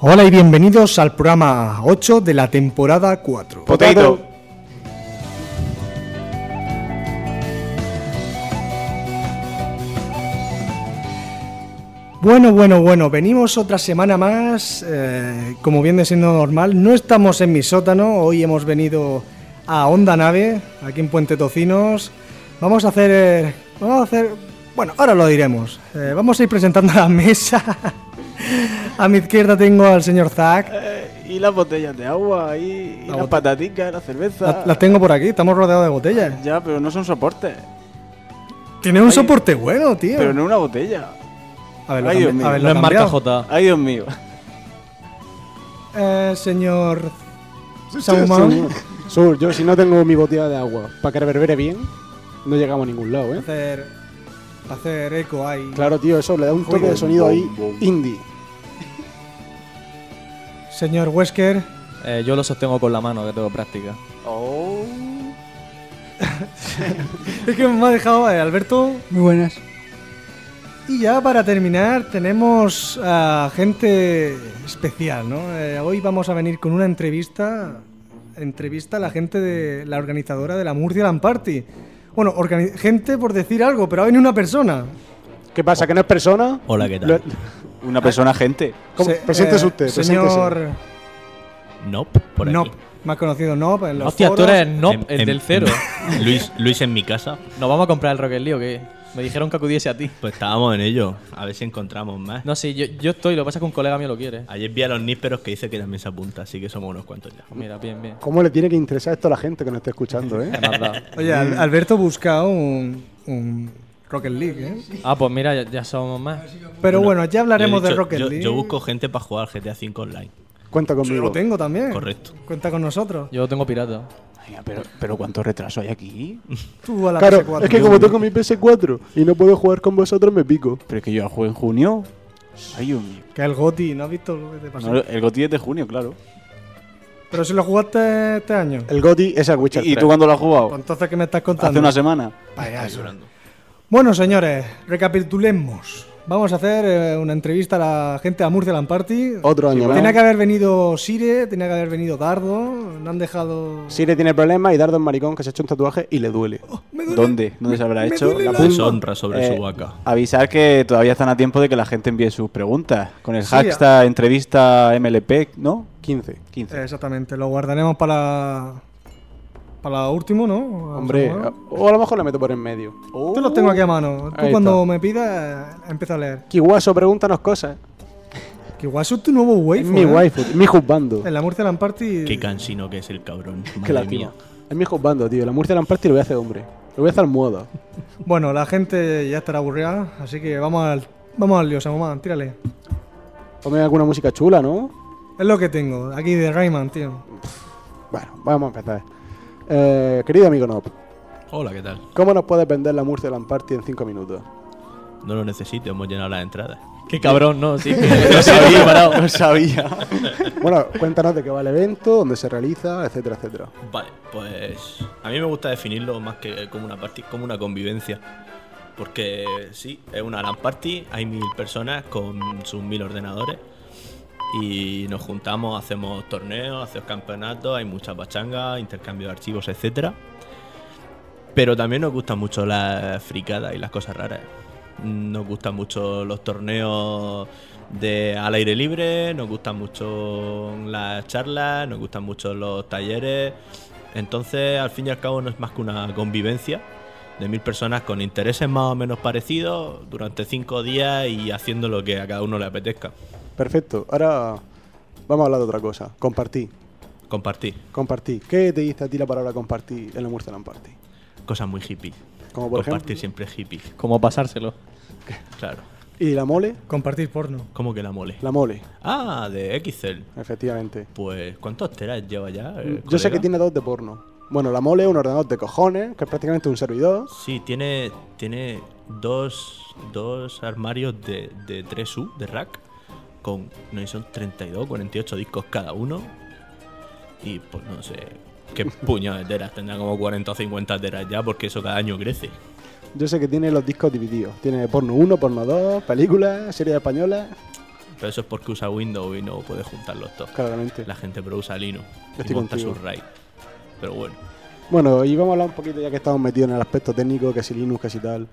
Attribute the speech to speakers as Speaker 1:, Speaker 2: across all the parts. Speaker 1: Hola y bienvenidos al programa 8 de la temporada 4.
Speaker 2: Potato.
Speaker 1: Bueno, bueno, bueno, venimos otra semana más, eh, como bien de siendo normal, no estamos en mi sótano, hoy hemos venido a Onda Nave, aquí en Puente Tocinos, vamos a hacer, eh, vamos a hacer, bueno, ahora lo diremos, Eh, vamos a ir presentando la mesa, a mi izquierda tengo al señor Zack,
Speaker 2: Eh, y las botellas de agua, y, y
Speaker 1: La
Speaker 2: las
Speaker 1: botella.
Speaker 2: pataticas, la cerveza.
Speaker 1: La- las tengo por aquí, estamos rodeados de botellas.
Speaker 2: Ya, pero no son soportes.
Speaker 1: Tiene un
Speaker 2: Ay,
Speaker 1: soporte bueno, tío.
Speaker 2: Pero no una botella.
Speaker 1: A ver, lo
Speaker 2: Ay, Dios
Speaker 1: cambi-
Speaker 2: mío.
Speaker 1: a ver, lo
Speaker 3: No es marca
Speaker 1: cambiado.
Speaker 3: J.
Speaker 2: Ay, Dios mío.
Speaker 1: Eh, señor Saumón.
Speaker 4: Sur, Sur, yo si no tengo mi botella de agua para que reverbere bien, no llegamos a ningún lado, ¿eh?
Speaker 1: hacer, hacer eco ahí.
Speaker 4: Claro, tío, eso le da un toque de sonido ahí indie.
Speaker 1: Señor Wesker.
Speaker 3: Eh, yo lo sostengo con la mano, que tengo práctica.
Speaker 2: Oh.
Speaker 1: Es que me ha dejado eh, Alberto.
Speaker 5: Muy buenas.
Speaker 1: Y ya para terminar tenemos a gente especial, ¿no? Eh, hoy vamos a venir con una entrevista, entrevista a la gente de la organizadora de la Murcia Land Party. Bueno, organi- gente por decir algo, pero ha venido una persona.
Speaker 4: ¿Qué pasa? ¿Que no es persona?
Speaker 3: Hola, ¿qué tal?
Speaker 4: Lo-
Speaker 2: Una persona gente.
Speaker 4: ¿Cómo?
Speaker 1: Se-
Speaker 4: Preséntese
Speaker 1: eh,
Speaker 4: usted, preséntese.
Speaker 1: Señor
Speaker 6: Nope, por aquí.
Speaker 1: Nop, más conocido Nop en los
Speaker 3: Hostia, tú
Speaker 1: foros.
Speaker 3: eres Nop,
Speaker 6: Em-
Speaker 3: el
Speaker 6: em-
Speaker 3: del cero.
Speaker 6: Luis, Luis en mi casa.
Speaker 3: ¿Nos vamos a comprar el Rocket League o qué? Me dijeron que acudiese a ti.
Speaker 6: Pues estábamos en ello. A ver si encontramos más.
Speaker 3: No, sí, yo, yo estoy, lo que pasa es que un colega mío lo quiere.
Speaker 6: Ayer vi a los nísperos que dice que también se apunta, así que somos unos cuantos ya.
Speaker 3: Mira, bien, bien.
Speaker 4: ¿Cómo le tiene que interesar esto a la gente que nos está escuchando, eh?
Speaker 3: Me has dado.
Speaker 1: Oye, Al- Alberto busca un, un Rocket League, ¿eh?
Speaker 3: Ah, pues mira, ya, ya somos más.
Speaker 1: Pero bueno, ya hablaremos
Speaker 6: Yo he
Speaker 1: de
Speaker 6: dicho,
Speaker 1: Rocket
Speaker 6: yo,
Speaker 1: League.
Speaker 6: Yo busco gente para jugar GTA V online.
Speaker 4: Cuenta
Speaker 1: Yo
Speaker 4: conmigo.
Speaker 1: lo tengo también.
Speaker 6: Correcto.
Speaker 1: Cuenta con nosotros.
Speaker 3: Yo tengo pirata.
Speaker 2: Ay, pero, pero cuánto retraso hay aquí.
Speaker 1: Tú a la
Speaker 4: Claro,
Speaker 1: PS4.
Speaker 4: es que como tengo mi PS4 y no puedo jugar con vosotros, me pico.
Speaker 2: Pero es que yo ya jugué en junio. Ay, Dios mío.
Speaker 1: Que el Goti, ¿no has visto lo que te pasó?
Speaker 2: No, el GOTI es de junio, claro.
Speaker 1: Pero si lo jugaste este año.
Speaker 4: El GOTI es el Witcher
Speaker 2: ¿Y, y
Speaker 4: 3.
Speaker 2: tú cuándo lo has
Speaker 1: Pues
Speaker 2: jugado?
Speaker 1: Entonces, ¿qué me estás contando?
Speaker 2: Hace una semana.
Speaker 1: Payaso. Bueno, señores, recapitulemos. Vamos a hacer eh, una entrevista a la gente de Murcia Land Party.
Speaker 4: Otro año
Speaker 1: Tenía
Speaker 4: más.
Speaker 1: que haber venido Sire, tenía que haber venido Dardo, no han dejado...
Speaker 4: Sire tiene problemas y Dardo es maricón que se ha hecho un tatuaje y le duele.
Speaker 1: Me duele-
Speaker 2: ¿Dónde? ¿Dónde se habrá
Speaker 1: me
Speaker 2: hecho?
Speaker 1: duele
Speaker 2: La
Speaker 1: la-
Speaker 2: pun-
Speaker 6: Deshonra sobre
Speaker 2: Eh,
Speaker 6: su vaca.
Speaker 2: Avisar que todavía están a tiempo de que la gente envíe sus preguntas. Con el
Speaker 1: Sí,
Speaker 2: hashtag entrevista MLP, ¿no?
Speaker 4: 15.
Speaker 2: 15.
Speaker 1: Eh, Exactamente, lo guardaremos para... Para último, ¿no?
Speaker 4: Hombre,
Speaker 1: Vamos a-
Speaker 4: o a lo mejor le meto por en medio.
Speaker 1: Yo los tengo aquí a mano. Tú
Speaker 4: Ahí
Speaker 1: cuando
Speaker 4: está.
Speaker 1: me pidas, eh, empieza a leer.
Speaker 4: Kiwaso, pregúntanos cosas.
Speaker 1: Que igual es tu nuevo waifu.
Speaker 4: Es mi
Speaker 1: ¿eh?
Speaker 4: waifu, es mi juzbando.
Speaker 1: En la Murcia Land Party.
Speaker 6: Qué cansino que es el cabrón.
Speaker 4: Qué
Speaker 6: Madre
Speaker 4: lástima.
Speaker 6: mía.
Speaker 4: Es mi juzbando, tío. La Murcia la Party lo voy a hacer hombre. Lo voy a hacer moda.
Speaker 1: Bueno, la gente ya estará aburrida, así que vamos al, vamos al lío, Samuman, tírale.
Speaker 4: Ponme alguna música chula, ¿no?
Speaker 1: Es lo que tengo, aquí de Rayman, tío.
Speaker 4: Bueno, vamos a empezar. Eh, querido amigo Nob,
Speaker 6: Hola, ¿qué tal?
Speaker 4: ¿cómo nos puedes vender la Murcia Land Party en 5 minutos?
Speaker 6: No lo necesito, hemos llenado las entradas.
Speaker 3: Qué cabrón, ¿no? Sí.
Speaker 2: No sabía, no sabía.
Speaker 4: Bueno, cuéntanos de qué va el evento, dónde se realiza, etcétera, etcétera.
Speaker 6: Vale, pues a mí me gusta definirlo más que como una party, como una convivencia. Porque sí, es una LAN party, hay mil personas con sus mil ordenadores y nos juntamos, hacemos torneos, hacemos campeonatos, hay muchas pachangas, intercambio de archivos, etcétera. Pero también nos gustan mucho las fricadas y las cosas raras. Nos gustan mucho los torneos de al aire libre, nos gustan mucho las charlas, nos gustan mucho los talleres. Entonces, al fin y al cabo, no es más que una convivencia de mil personas con intereses más o menos parecidos durante cinco días y haciendo lo que a cada uno le apetezca.
Speaker 4: Perfecto, ahora vamos a hablar de otra cosa. Compartir.
Speaker 6: Compartir.
Speaker 4: Compartir. ¿Qué te dice a ti la palabra compartir en la Murcia Land Party?
Speaker 6: Cosas muy hippie.
Speaker 4: Como por
Speaker 6: Compartir
Speaker 4: ejemplo.
Speaker 6: siempre es hippie.
Speaker 3: Como pasárselo.
Speaker 6: Claro.
Speaker 4: ¿Y la mole?
Speaker 1: Compartir porno.
Speaker 6: ¿Cómo que la mole?
Speaker 4: La mole,
Speaker 6: Ah, de Excel.
Speaker 4: efectivamente.
Speaker 6: Pues, ¿cuántos teras lleva ya? eh,
Speaker 4: Yo sé
Speaker 6: colega?
Speaker 4: que tiene dos de porno. Bueno, la mole es un ordenador de cojones, que es prácticamente un servidor.
Speaker 6: Sí, tiene, tiene dos, dos armarios de, de 3U, de rack, con, no sé, son 32, 48 discos cada uno. Y pues no sé, qué puñado de teras, tendrá como 40 o 50 teras ya, porque eso cada año crece.
Speaker 4: Yo sé que tiene los discos divididos. Tiene porno 1, porno 2, películas, series españolas.
Speaker 6: Pero eso es porque usa Windows y no puede juntarlos todos.
Speaker 4: Claramente.
Speaker 6: La gente pero usa Linux y
Speaker 4: Estoy
Speaker 6: monta
Speaker 4: contigo.
Speaker 6: sus RAID. Pero bueno,
Speaker 4: Bueno, y vamos a hablar un poquito ya que estamos metidos en el aspecto técnico, que si Linux, que si tal.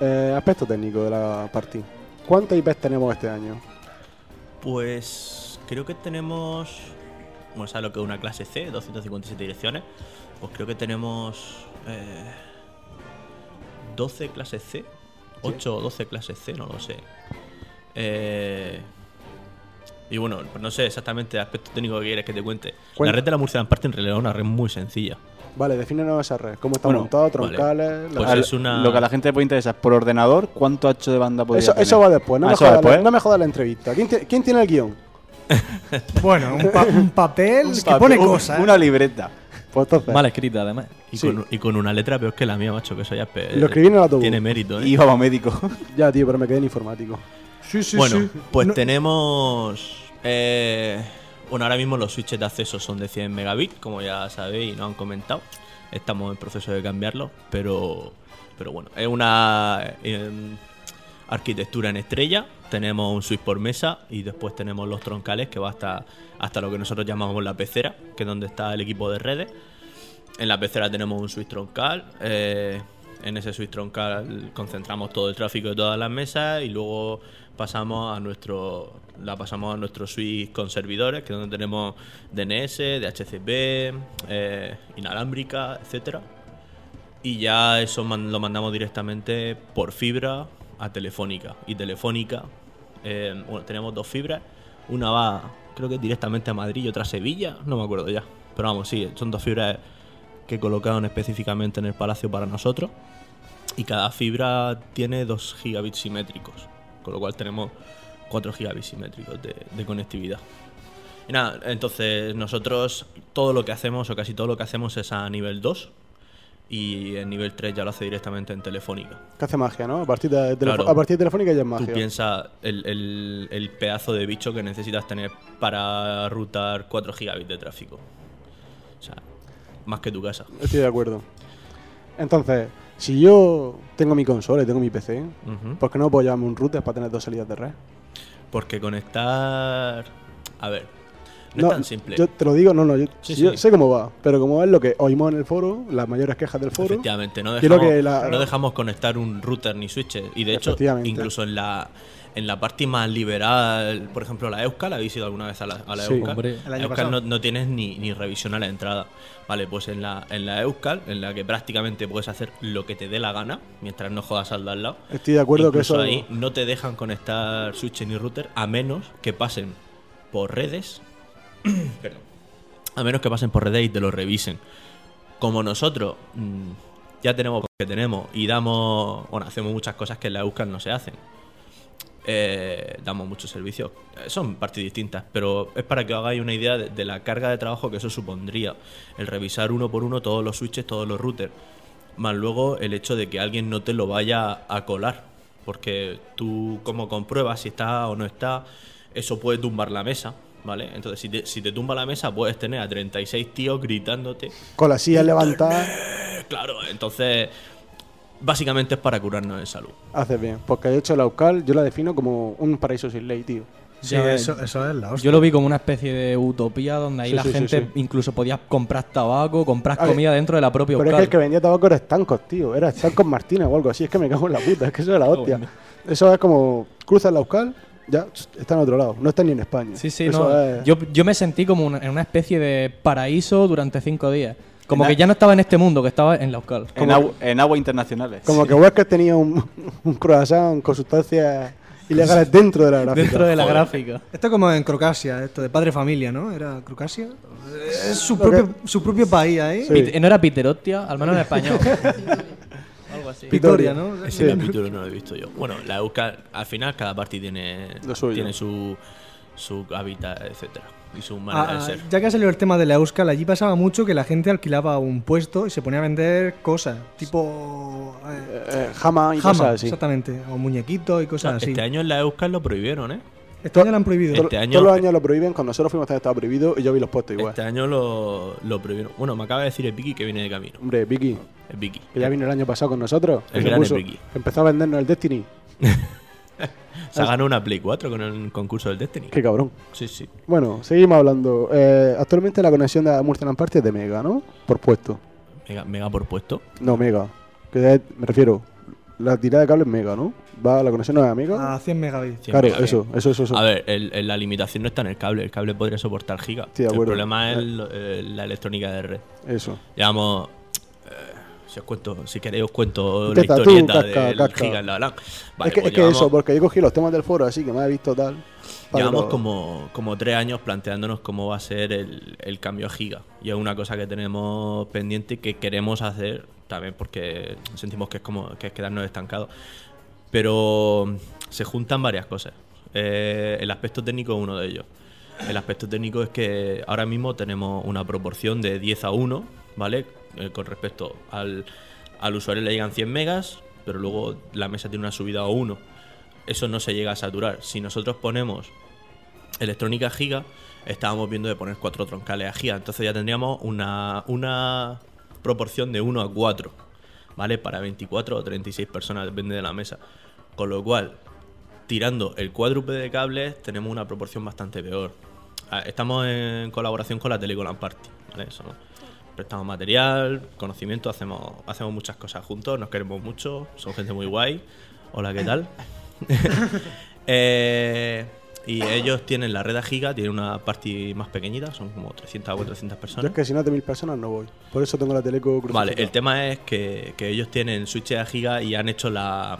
Speaker 4: Eh, aspecto técnico de la partida. ¿Cuántas IPs tenemos este año?
Speaker 6: pues creo que tenemos. Bueno, ¿sabes lo que es una clase C? 257 direcciones. Pues creo que tenemos. eh, 12 clases C. 8 o 12 clases C, no lo sé. Eh, y bueno, pues no sé exactamente el aspecto técnico que quieres que te cuente.
Speaker 4: Cuenta.
Speaker 6: La red de la Murcia en parte en realidad es una red muy sencilla.
Speaker 4: Vale, defínenos esa red. ¿Cómo está
Speaker 2: Bueno,
Speaker 4: montado?
Speaker 6: vale.
Speaker 4: ¿Troncales? la-
Speaker 6: Pues
Speaker 2: Al-
Speaker 6: es una-
Speaker 2: Lo que a la gente le puede interesar, por ordenador, ¿cuánto ancho de banda podría
Speaker 4: eso,
Speaker 2: tener?
Speaker 4: eso va después, no,
Speaker 2: Ah,
Speaker 4: me
Speaker 2: eso va
Speaker 4: jodas,
Speaker 2: después.
Speaker 4: la, no me jodas la entrevista. ¿Quién, ti- quién tiene el guión?
Speaker 1: Bueno, un, pa- un papel que pone
Speaker 2: Un-
Speaker 1: cosas.
Speaker 2: Una libreta.
Speaker 4: Pues entonces,
Speaker 3: Mal escrita, además.
Speaker 6: Y,
Speaker 4: Sí.
Speaker 6: con, y con una letra peor que la mía, macho, que eso ya es pe-
Speaker 4: Lo escribí en el autobús.
Speaker 6: Tiene mérito, ¿eh?
Speaker 2: Y vamos médico.
Speaker 4: ya tío, pero me quedé en informático.
Speaker 1: Sí, sí,
Speaker 6: bueno,
Speaker 1: sí.
Speaker 6: pues
Speaker 1: No-
Speaker 6: tenemos... eh, bueno, ahora mismo los switches de acceso son de 100 megabits, como ya sabéis y nos han comentado. Estamos en proceso de cambiarlo, pero, pero bueno, es una eh, arquitectura en estrella. Tenemos un switch por mesa y después tenemos los troncales que va hasta, hasta lo que nosotros llamamos la pecera, que es donde está el equipo de redes. En la pecera tenemos un switch troncal. eh, en ese switch troncal concentramos todo el tráfico de todas las mesas y luego pasamos a nuestro la pasamos a nuestro switch con servidores, que es donde tenemos DNS, DHCP, eh, inalámbrica, etcétera. Y ya eso man- lo mandamos directamente por fibra a Telefónica. Y Telefónica, eh, bueno, tenemos dos fibras. Una va, creo que directamente a Madrid y otra a Sevilla, no me acuerdo ya. Pero vamos, sí, son dos fibras que colocaron específicamente en el palacio para nosotros. Y cada fibra tiene 2 gigabits simétricos. Con lo cual tenemos 4 gigabits simétricos de, de conectividad. Y nada, entonces nosotros todo lo que hacemos, o casi todo lo que hacemos, es a nivel 2. Y el nivel 3 ya lo hace directamente en Telefónica.
Speaker 4: Que hace magia, ¿no? A partir de, telefo-
Speaker 6: Claro.
Speaker 4: a partir de telefónica ya es
Speaker 6: Tú
Speaker 4: magia.
Speaker 6: piensas el, el- el pedazo de bicho que necesitas tener para rutar 4 gigabits de tráfico. O sea, más que tu casa.
Speaker 4: Estoy de acuerdo. Entonces, si yo tengo mi consola y tengo mi PC,
Speaker 6: Ujú.
Speaker 4: ¿por qué no puedo llevarme un router para tener dos salidas de red?
Speaker 6: Porque conectar. A ver, no, es tan simple.
Speaker 4: Yo te lo digo, no, no, yo,
Speaker 6: Sí,
Speaker 4: si yo
Speaker 6: sí.
Speaker 4: sé cómo va, pero como es lo que oímos en el foro, las mayores quejas del foro,
Speaker 6: Efectivamente, no
Speaker 4: Quiero
Speaker 6: dejamos,
Speaker 4: que la-
Speaker 6: no dejamos conectar un router ni switches. Y de hecho,
Speaker 4: Efectivamente.
Speaker 6: incluso en la, en la parte más liberal, por ejemplo, la Euskal, ¿habéis ido alguna vez a la, a la
Speaker 4: Sí.
Speaker 6: Euskal?
Speaker 3: Hombre. El
Speaker 1: año
Speaker 6: La Euskal
Speaker 1: pasado.
Speaker 6: no, no tienes ni, ni revisión a la entrada. Vale, pues en la, en la Euskal, en la que prácticamente puedes hacer lo que te dé la gana, mientras no jodas al de al lado.
Speaker 4: estoy de acuerdo que
Speaker 6: Incluso
Speaker 4: eso...
Speaker 6: ahí no te dejan conectar switch ni router a menos que pasen por redes. Perdón. A menos que pasen por redes y te lo revisen. Como nosotros mm, ya tenemos lo que tenemos y damos. Bueno, hacemos muchas cosas que en la Euskal no se hacen. Eh, damos muchos servicios. Eh, Son partes distintas, pero es para que os hagáis una idea de, de la carga de trabajo que eso supondría. El revisar uno por uno todos los switches, todos los routers. Más luego el hecho de que alguien no te lo vaya a colar. Porque tú, como compruebas si está o no está, eso puede tumbar la mesa. ¿Vale? Entonces, si te, si te tumba la mesa, puedes tener a 36 tíos gritándote.
Speaker 4: Con las sillas levantadas,
Speaker 6: Eh, Claro, entonces, básicamente es para curarnos en salud.
Speaker 4: haces bien. Porque de hecho la UCAL yo la defino como un paraíso sin ley, tío.
Speaker 1: Sí,
Speaker 6: eh,
Speaker 3: Ya,
Speaker 1: eso, eso es la hostia.
Speaker 3: Yo lo vi como una especie de utopía donde ahí
Speaker 4: Sí,
Speaker 3: la
Speaker 4: sí, sí,
Speaker 3: gente
Speaker 4: sí.
Speaker 3: incluso podía comprar tabaco, comprar
Speaker 4: A ver,
Speaker 3: comida dentro de la propia
Speaker 4: Pero es que
Speaker 3: Euskal.
Speaker 4: el que vendía tabaco era Estancos, tío. Era Estancos Martínez o algo así. Es que me cago en la puta. Es que eso era la hostia. Eso es como cruzas la Euskal, ya ch, está en otro lado. No está ni en España.
Speaker 3: Sí, sí,
Speaker 4: Eso
Speaker 3: no.
Speaker 4: es-
Speaker 3: Yo, yo me sentí como una- en una especie de paraíso durante cinco días. Como
Speaker 2: En
Speaker 3: que
Speaker 2: la-
Speaker 3: ya no estaba en este mundo, que estaba en la Euskal.
Speaker 2: En, agu- en aguas internacionales.
Speaker 4: Como que Huesca tenía un, un croissant con sustancias ilegales dentro de la gráfica.
Speaker 3: Dentro de la gráfica.
Speaker 1: Esto como en Crocasia, esto de padre familia, ¿no? ¿Era Crocasia? Es su
Speaker 4: Lo que-
Speaker 1: propio, su propio país ahí.
Speaker 4: Sí.
Speaker 3: Pit- No era Piterostia, al menos en español. Algo así.
Speaker 1: Vitoria, ¿no?
Speaker 6: Ese
Speaker 4: Sí.
Speaker 6: capítulo no lo he visto yo. Bueno, la Euskal, al final, cada parte tiene,
Speaker 4: Lo suyo.
Speaker 6: tiene su, su hábitat, etcétera Y su manera
Speaker 1: Ah,
Speaker 6: de
Speaker 1: ah,
Speaker 6: ser.
Speaker 1: ya que ha salido el tema de la Euskal, allí pasaba mucho que la gente alquilaba un puesto y se ponía a vender cosas, tipo eh,
Speaker 4: Eh, jama y
Speaker 1: jama,
Speaker 4: cosas así.
Speaker 1: exactamente, o muñequitos y cosas así.
Speaker 6: Este año en la Euskal lo prohibieron, ¿eh?
Speaker 1: Esto ya lo han prohibido.
Speaker 6: Este
Speaker 4: Todos-
Speaker 6: año-
Speaker 4: Todos los años lo prohíben. Cuando nosotros fuimos estaba prohibido y yo vi los postes igual.
Speaker 6: Este año lo, lo prohibieron. Bueno, me acaba de decir el Vicky que viene de camino.
Speaker 4: Hombre, Vicky,
Speaker 6: El Vicky.
Speaker 4: que ya vino el año pasado con nosotros.
Speaker 6: El
Speaker 4: que se
Speaker 6: gran Vicky.
Speaker 4: empezó a vendernos el Destiny.
Speaker 6: Se ha ganado una Play 4 con el concurso del Destiny.
Speaker 4: Qué cabrón.
Speaker 6: Sí, sí.
Speaker 4: Bueno, seguimos hablando. Eh, actualmente la conexión de Murcian Party es de Mega, ¿no? Por puesto.
Speaker 6: Mega, mega por puesto.
Speaker 4: No, Mega. Que es- me refiero, la tirada de cable es Mega, ¿no? Va la conexión no es a Mega.
Speaker 6: Ah,
Speaker 1: A 100 megabits.
Speaker 6: Cien
Speaker 4: claro,
Speaker 6: megas.
Speaker 4: eso, eso, eso, eso.
Speaker 6: A ver, el- el- la limitación no está en el cable. El cable podría soportar gigas.
Speaker 4: Sí, de
Speaker 6: el
Speaker 4: acuerdo.
Speaker 6: problema es lo- eh, la electrónica de red.
Speaker 4: Eso.
Speaker 6: Digamos, eh, si os cuento, si queréis os cuento
Speaker 4: Intenta
Speaker 6: la
Speaker 4: tú,
Speaker 6: historieta
Speaker 4: casca,
Speaker 6: del
Speaker 4: casca.
Speaker 6: giga en la LAN. Vale,
Speaker 4: es que,
Speaker 6: pues
Speaker 4: es que
Speaker 6: llevamos-
Speaker 4: eso, porque yo cogí los temas del foro así que me he visto tal. para
Speaker 6: Llevamos
Speaker 4: lo-
Speaker 6: como, como tres años planteándonos cómo va a ser el, el cambio a giga. Y es una cosa que tenemos pendiente y que queremos hacer también porque sentimos que es como que es quedarnos estancados. Pero se juntan varias cosas. Eh, el aspecto técnico es uno de ellos. El aspecto técnico es que ahora mismo tenemos una proporción de 10 a 1, ¿vale? Eh, con respecto al, al usuario le llegan 100 megas, pero luego la mesa tiene una subida a 1. Eso no se llega a saturar. Si nosotros ponemos electrónica giga, estábamos viendo de poner cuatro troncales a giga. Entonces ya tendríamos una, una proporción de 1 a 4, ¿vale? Para 24 o 36 personas, depende de la mesa. Con lo cual, tirando el cuádruple de cables, tenemos una proporción bastante peor. Ah, Estamos en colaboración con la Telecolan Party, ¿vale? Eso, prestamos material, conocimiento, hacemos, hacemos muchas cosas juntos, nos queremos mucho, son gente muy guay. Hola, ¿qué tal? Eh, y ellos tienen la red a giga, tienen una party más pequeñita, son como 300 o 400
Speaker 4: Yo
Speaker 6: personas.
Speaker 4: es que si no de mil personas no voy. Por eso tengo la teleco cruzada.
Speaker 6: Vale, el tema es que, que ellos tienen switches a giga y han hecho la.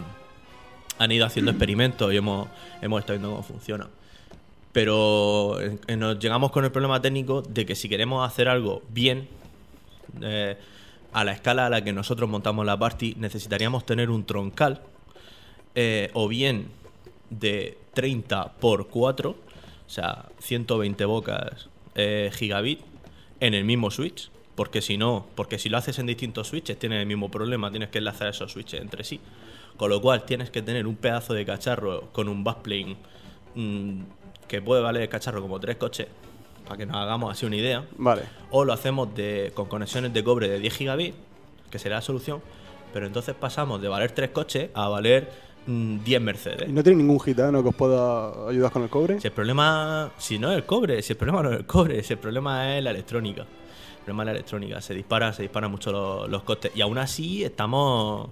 Speaker 6: han ido haciendo experimentos y hemos, hemos estado viendo cómo funciona. Pero eh, eh, nos llegamos con el problema técnico de que si queremos hacer algo bien, eh, a la escala a la que nosotros montamos la party, necesitaríamos tener un troncal eh, o bien de 30 por 4, o sea, 120 bocas eh, gigabit en el mismo switch, porque si no, porque si lo haces en distintos switches tienes el mismo problema, tienes que enlazar esos switches entre sí. Con lo cual tienes que tener un pedazo de cacharro con un busplane mm, que puede valer el cacharro como tres coches, para que nos hagamos así una idea
Speaker 4: Vale.
Speaker 6: o lo hacemos de, con conexiones de cobre de 10 gigabits, que será la solución, pero entonces pasamos de valer tres coches a valer mm, 10 Mercedes.
Speaker 4: ¿Y no tiene ningún gitano que os pueda ayudar con el cobre?
Speaker 6: Si el problema, si no es el cobre, si el problema no es el cobre, si el problema es la electrónica. El problema es la electrónica, se dispara, se disparan mucho los, los costes y aún así estamos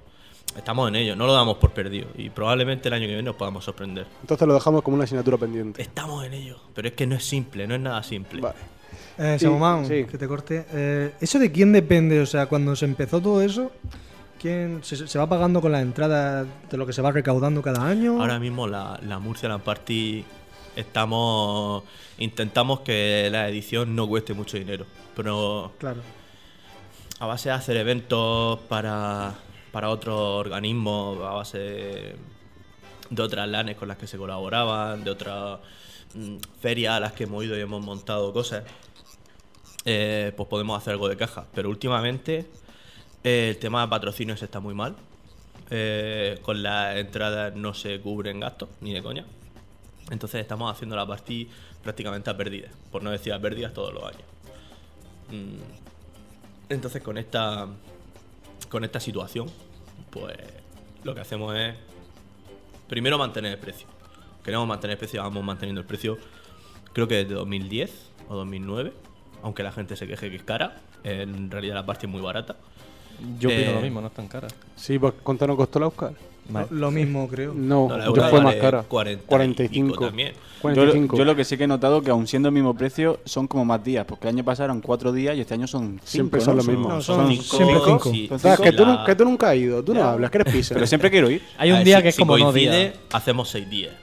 Speaker 6: estamos en ello, no lo damos por perdido y probablemente el año que viene nos podamos sorprender.
Speaker 4: Entonces lo dejamos como una asignatura pendiente.
Speaker 6: Estamos en ello, pero es que no es simple, no es nada simple.
Speaker 4: Vale.
Speaker 1: Eh,
Speaker 4: Sí,
Speaker 1: Samomán,
Speaker 4: sí.
Speaker 1: que te corte. Eh, ¿Eso de quién depende? O sea, cuando se empezó todo eso, ¿quién se, se va pagando con la entrada de lo que se va recaudando cada año?
Speaker 6: Ahora mismo la, la Murcia Land Party estamos intentamos que la edición no cueste mucho dinero, pero
Speaker 1: Claro.
Speaker 6: a base de hacer eventos para para otros organismos, a base de, de otras lanes con las que se colaboraban, de otras mm, ferias a las que hemos ido y hemos montado cosas, eh, pues podemos hacer algo de caja. Pero últimamente eh, el tema de patrocinios está muy mal. Eh, con las entradas no se cubren gastos, ni de coña. Entonces estamos haciendo la partida prácticamente a pérdidas, por no decir a pérdidas todos los años. Mm. Entonces con esta con esta situación, pues lo que hacemos es primero mantener el precio. Queremos mantener el precio, vamos manteniendo el precio creo que desde 2010 o 2009, aunque la gente se queje que es cara, en realidad la parte es muy barata.
Speaker 3: Yo opino
Speaker 6: Eh,
Speaker 3: lo mismo, no es tan cara.
Speaker 4: Sí, pues ¿cuánto nos costó la Oscar?
Speaker 3: Vale.
Speaker 1: Lo lo mismo, creo.
Speaker 4: No,
Speaker 6: No, la
Speaker 4: yo
Speaker 6: Oscar
Speaker 4: fue
Speaker 6: vale
Speaker 4: más cara.
Speaker 6: 40 y pico
Speaker 4: 45.
Speaker 6: también.
Speaker 2: Yo, lo-
Speaker 4: 45.
Speaker 2: yo lo que sí que he notado que aun siendo el mismo precio son como más días, porque el año pasado eran cuatro días y este año son cinco.
Speaker 4: Siempre son
Speaker 2: ¿no?
Speaker 4: los mismos.
Speaker 1: No, son siempre cinco.
Speaker 6: sí,
Speaker 4: O sea,
Speaker 6: sí,
Speaker 4: que, tú,
Speaker 6: la-
Speaker 4: nu- que tú nunca has ido, tú no hablas, que eres pizza.
Speaker 2: Pero siempre quiero ir.
Speaker 3: Hay
Speaker 6: A
Speaker 3: un
Speaker 6: ver,
Speaker 3: día
Speaker 6: Eh, si-
Speaker 3: que es
Speaker 6: si
Speaker 3: como no
Speaker 6: coincide,
Speaker 3: día.
Speaker 6: hacemos seis días.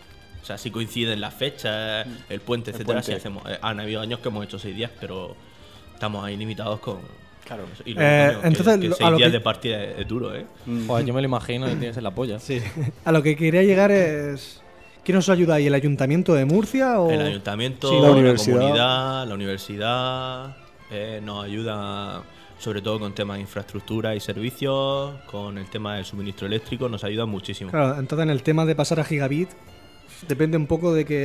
Speaker 6: O sea, si coinciden las
Speaker 3: Mm.
Speaker 6: fechas, el puente, etcétera,
Speaker 2: puente.
Speaker 6: si hacemos. eh, han habido años que hemos hecho seis días, pero estamos ahí limitados con. Claro. Y luego,
Speaker 1: Eh,
Speaker 6: coño, que-
Speaker 1: entonces,
Speaker 6: que
Speaker 1: lo-
Speaker 6: seis
Speaker 1: a lo
Speaker 6: días
Speaker 1: que-
Speaker 6: de partida es, es duro, ¿eh?
Speaker 3: Joder, yo me lo imagino y tienes en la polla.
Speaker 1: A lo que quería llegar es. ¿Quién nos ayuda ahí? ¿El ayuntamiento de Murcia?
Speaker 3: Oh.
Speaker 1: O...
Speaker 6: El ayuntamiento,
Speaker 1: Sí, la
Speaker 6: la,
Speaker 4: universidad.
Speaker 6: comunidad, la universidad eh, nos ayuda sobre todo con temas de infraestructura y servicios, con el tema del suministro eléctrico, nos ayuda muchísimo.
Speaker 1: Claro, entonces en el tema de pasar a gigabit, depende un poco de que